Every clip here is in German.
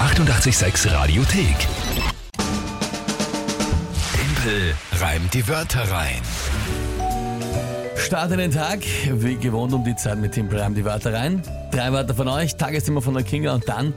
886 Radiothek. Tempel reimt die Wörter rein. Start in den Tag, wie gewohnt um die Zeit mit Timpel Reim die Wörter rein. Drei Wörter von euch, Tagesthema von der Kinga und dann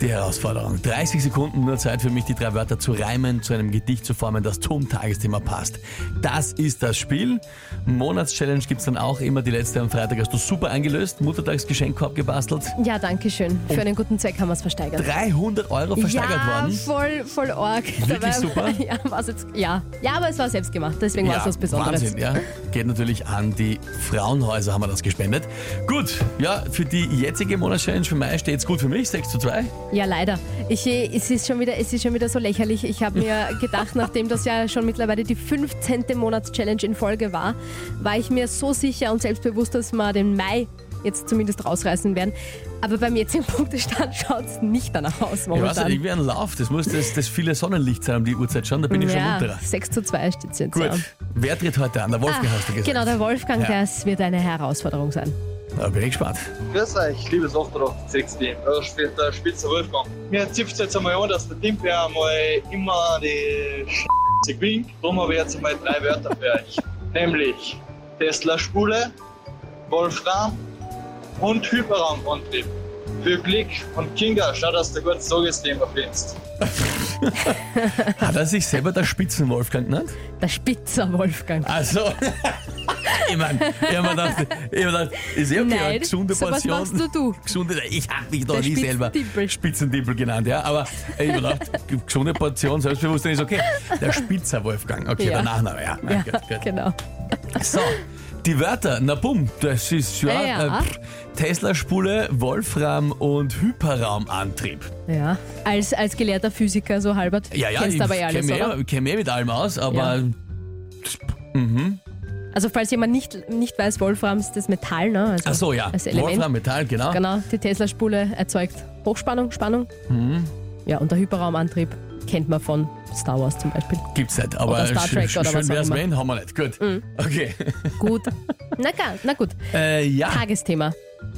die Herausforderung. 30 Sekunden nur Zeit für mich, die drei Wörter zu reimen, zu einem Gedicht zu formen, das zum Tagesthema passt. Das ist das Spiel. Monatschallenge gibt's dann auch immer die letzte am Freitag. Hast du super eingelöst, Muttertagsgeschenkkorb gebastelt, Ja, danke schön. Für einen guten Zweck haben wir es versteigert. 300 Euro Oh. versteigert ja, worden. voll, voll arg. Wirklich super? Ja, war's jetzt, ja. ja, aber es war selbst gemacht, deswegen war es was Besonderes. Wahnsinn, ja. Geht natürlich an die Frauenhäuser, haben wir das gespendet. Gut, ja, für die jetzige Monatschallenge für Mai steht's gut für mich, 6 zu 2. Ja, leider. Ich, eh, es, ist schon wieder, es ist schon wieder so lächerlich. Ich habe mir gedacht, nachdem das ja schon mittlerweile die 15. Monats-Challenge in Folge war, war ich mir so sicher und selbstbewusst, dass wir den Mai jetzt zumindest rausreißen werden. Aber beim jetzigen Punktestand schaut es nicht danach aus Ich weiß nicht, momentan. irgendwie ein Lauf, das muss das, das viele Sonnenlicht sein um die Uhrzeit schon, da bin ich schon ja, munterer. 6 zu 2 steht es jetzt. Gut, Ja. wer tritt heute an? Der Wolfgang hast du gesagt. Genau, der Wolfgang, Ja. das wird eine Herausforderung sein. Da bin ich gespannt. Grüß euch, liebes 886-Team. Da spielt der Spitzer Wolfgang. Mir zipft es jetzt einmal an, dass der Team einmal immer die Scheiße gewinnt. Darum habe ich jetzt einmal drei Wörter für euch. Nämlich Tesla Spule, Wolfram und Hyperraumantrieb. Viel Glück und Kinga, schau, dass du ein gutes Tagesthema findest. Hat er sich selber der Spitzenwolfgang genannt? Der Spitzer Wolfgang. Also. Ich meine, ich habe mir gedacht, ich hab mir gedacht, ist eh okay, Nein, eine gesunde so was Portion. machst nur du. Gesunde, ich habe mich noch Der nie selber Spitzentippel. Spitzentippel genannt, ja. Aber ich habe mir gedacht, gesunde Portion, Selbstbewusstsein ist okay. Der Spitzer Wolfgang, okay, Ja. der Nachname, ja. Ja, gut, gut. genau. So, die Wörter, na bumm, das ist ja, Ja, ja. Äh, pff, Tesla-Spule, Wolfram und Hyperraumantrieb. Ja. Als, als gelehrter Physiker, so Halbert, Ja, ja, kennst ich du aber eh kenne alles, mich oder? eh- kenn mich eh mit allem aus, aber Ja. Also falls jemand nicht, nicht weiß, Wolfram ist das Metall, ne? Also ach so ja, Als Element. Wolfram, Metall, genau. Genau, die Tesla-Spule erzeugt Hochspannung, Spannung. Mhm. Ja, und der Hyperraumantrieb kennt man von Star Wars zum Beispiel. Gibt's nicht, aber Oder Star sch- Trek sch- oder schön was auch wär's, immer. Mhm. wenn, haben wir nicht. Gut. Okay. Gut. na, ga- na gut, Äh, ja, Tagesthema.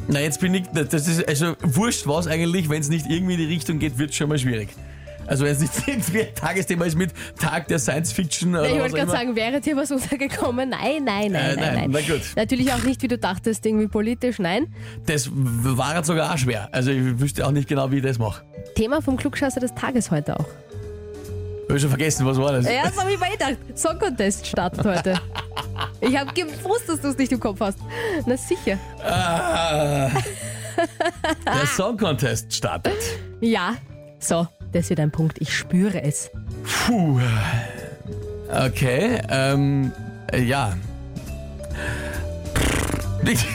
na jetzt bin ich, das ist, also wurscht was eigentlich, wenn es nicht irgendwie in die Richtung geht, wird schon mal schwierig. Also wenn es nicht irgendwie ein Tagesthema ist mit Tag der Science Fiction oder Ich was wollte auch gerade immer. sagen, wäre dir was untergekommen? Nein, Äh, nein, nein, nein, nein, nein. na gut. Natürlich auch nicht, wie du dachtest, irgendwie politisch, nein. Das war jetzt sogar auch schwer. Also ich wüsste auch nicht genau, wie ich das mache. Thema vom Klugscheißer des Tages heute auch. Ich habe schon vergessen, was war das? Ja, das habe ich mir eh gedacht. Song Contest startet heute. Ich habe gewusst, dass du es nicht im Kopf hast. Na sicher. Ah. Der Song Contest startet. Ja. So, das wird ein Punkt. Ich spüre es. Puh. Okay, ähm, äh, ja. Nicht-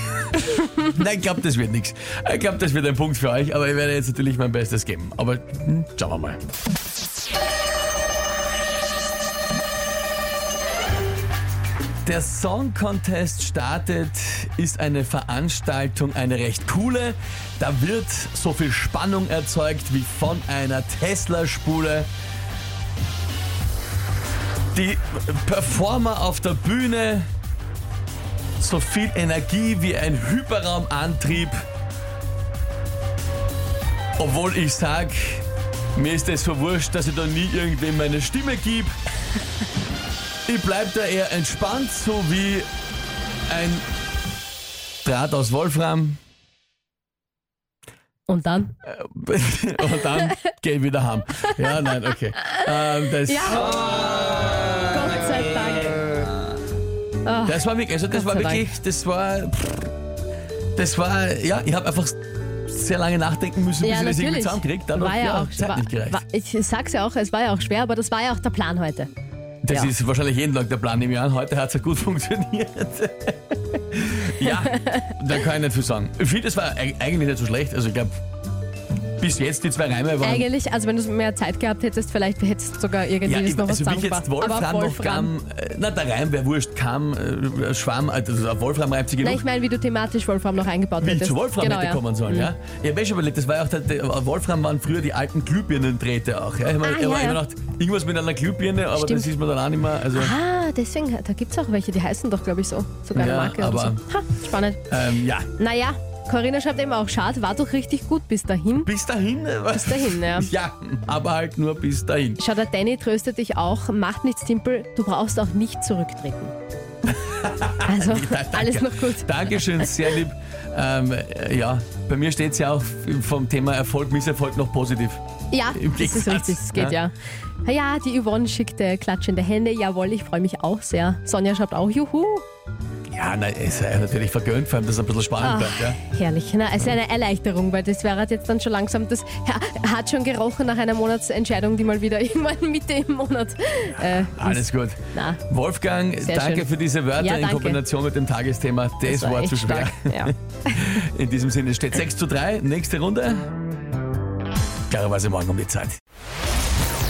Nein, ich glaube, das wird nichts. Ich glaube, das wird ein Punkt für euch, aber ich werde jetzt natürlich mein Bestes geben. Aber hm, schauen wir mal. Der Song Contest startet, ist eine Veranstaltung, eine recht coole. Da wird so viel Spannung erzeugt wie von einer Tesla-Spule. Die Performer auf der Bühne so viel Energie wie ein Hyperraumantrieb. Obwohl ich sag, mir ist es verwurscht, dass ich da nie irgendwem meine Stimme gebe. Ich bleib da eher entspannt, so wie ein Draht aus Wolfram. Und dann? Und dann geh ich wieder heim. Ja, nein, okay. Ähm, das, Gott sei Dank. Das war wirklich, also das Gott war sei Dank. wirklich, das war, das war, ja, ich habe einfach sehr lange nachdenken müssen, bis Ja, ich das irgendwie natürlich. zusammenkriege. Dann war hat ja ja, auch, Zeit war, nicht gereicht. war, ich sag's ja auch, es war ja auch schwer, aber das war ja auch der Plan heute. das ja. ist wahrscheinlich jeden Tag der Plan im Jahr. Heute hat es ja gut funktioniert. ja, da kann ich nicht viel sagen. Ich finde, das war eig- eigentlich nicht so schlecht. Also ich glaube, bis jetzt die zwei Reime waren. Eigentlich, also wenn du mehr Zeit gehabt hättest, vielleicht hättest du sogar irgendwie ja, das ich, noch was also wie ich zusammengebracht. jetzt Wolfram aber noch kam, äh, na der Reim wäre wurscht, kam, äh, Schwamm, also auf Wolfram reibt sich genug. Nein, ich meine, wie du thematisch Wolfram noch eingebaut Wie ich hättest. zu Wolfram genau, hätte ja. kommen sollen, ja? Ich habe mir schon überlegt, das war ja auch der, der Wolfram waren früher die alten Glühbirnendrähte auch. Ja? Ich habe Ah, mir ja, immer ja. gedacht, irgendwas mit einer Glühbirne, aber Stimmt. das ist mir dann auch nicht mehr. Also, Ah, deswegen, da gibt's auch welche, die heißen doch, glaube ich, so. Sogar eine Ja, Marke aber- oder so. Ha, spannend. ähm, ja, Naja, Corinna schreibt eben auch, schade, war doch richtig gut bis dahin. Bis dahin. äh, Bis dahin, ja. Ja, aber halt nur bis dahin. Schau, der Danny tröstet dich auch, macht nichts simpel, du brauchst auch nicht zurücktreten. Also, danke. alles noch gut. Dankeschön, sehr lieb. Ähm, äh, ja, bei mir steht es ja auch vom Thema Erfolg, Misserfolg noch positiv. Ja, Im das ist Gegensatz, richtig, es geht ja. ja. ja. Ja, die Yvonne äh, schickte klatschende Hände, jawohl, ich freue mich auch sehr. Sonja schreibt auch, juhu. Ja, na, es sei ja natürlich vergönnt, vor allem, dass es ein bisschen spannend Ah, bleibt. Ja. herrlich. Na, also eine Erleichterung, weil das wäre halt jetzt dann schon langsam, das ja, hat schon gerochen nach einer Monatsentscheidung, die mal wieder irgendwann Mitte im Monat äh, Alles gut. Na, Wolfgang, Sehr danke schön. für diese Wörter Ja, in danke. Kombination mit dem Tagesthema. Das, war, echt zu schwer. stark, Ja. In diesem Sinne steht 6 zu 3. Nächste Runde. Klarerweise morgen um die Zeit.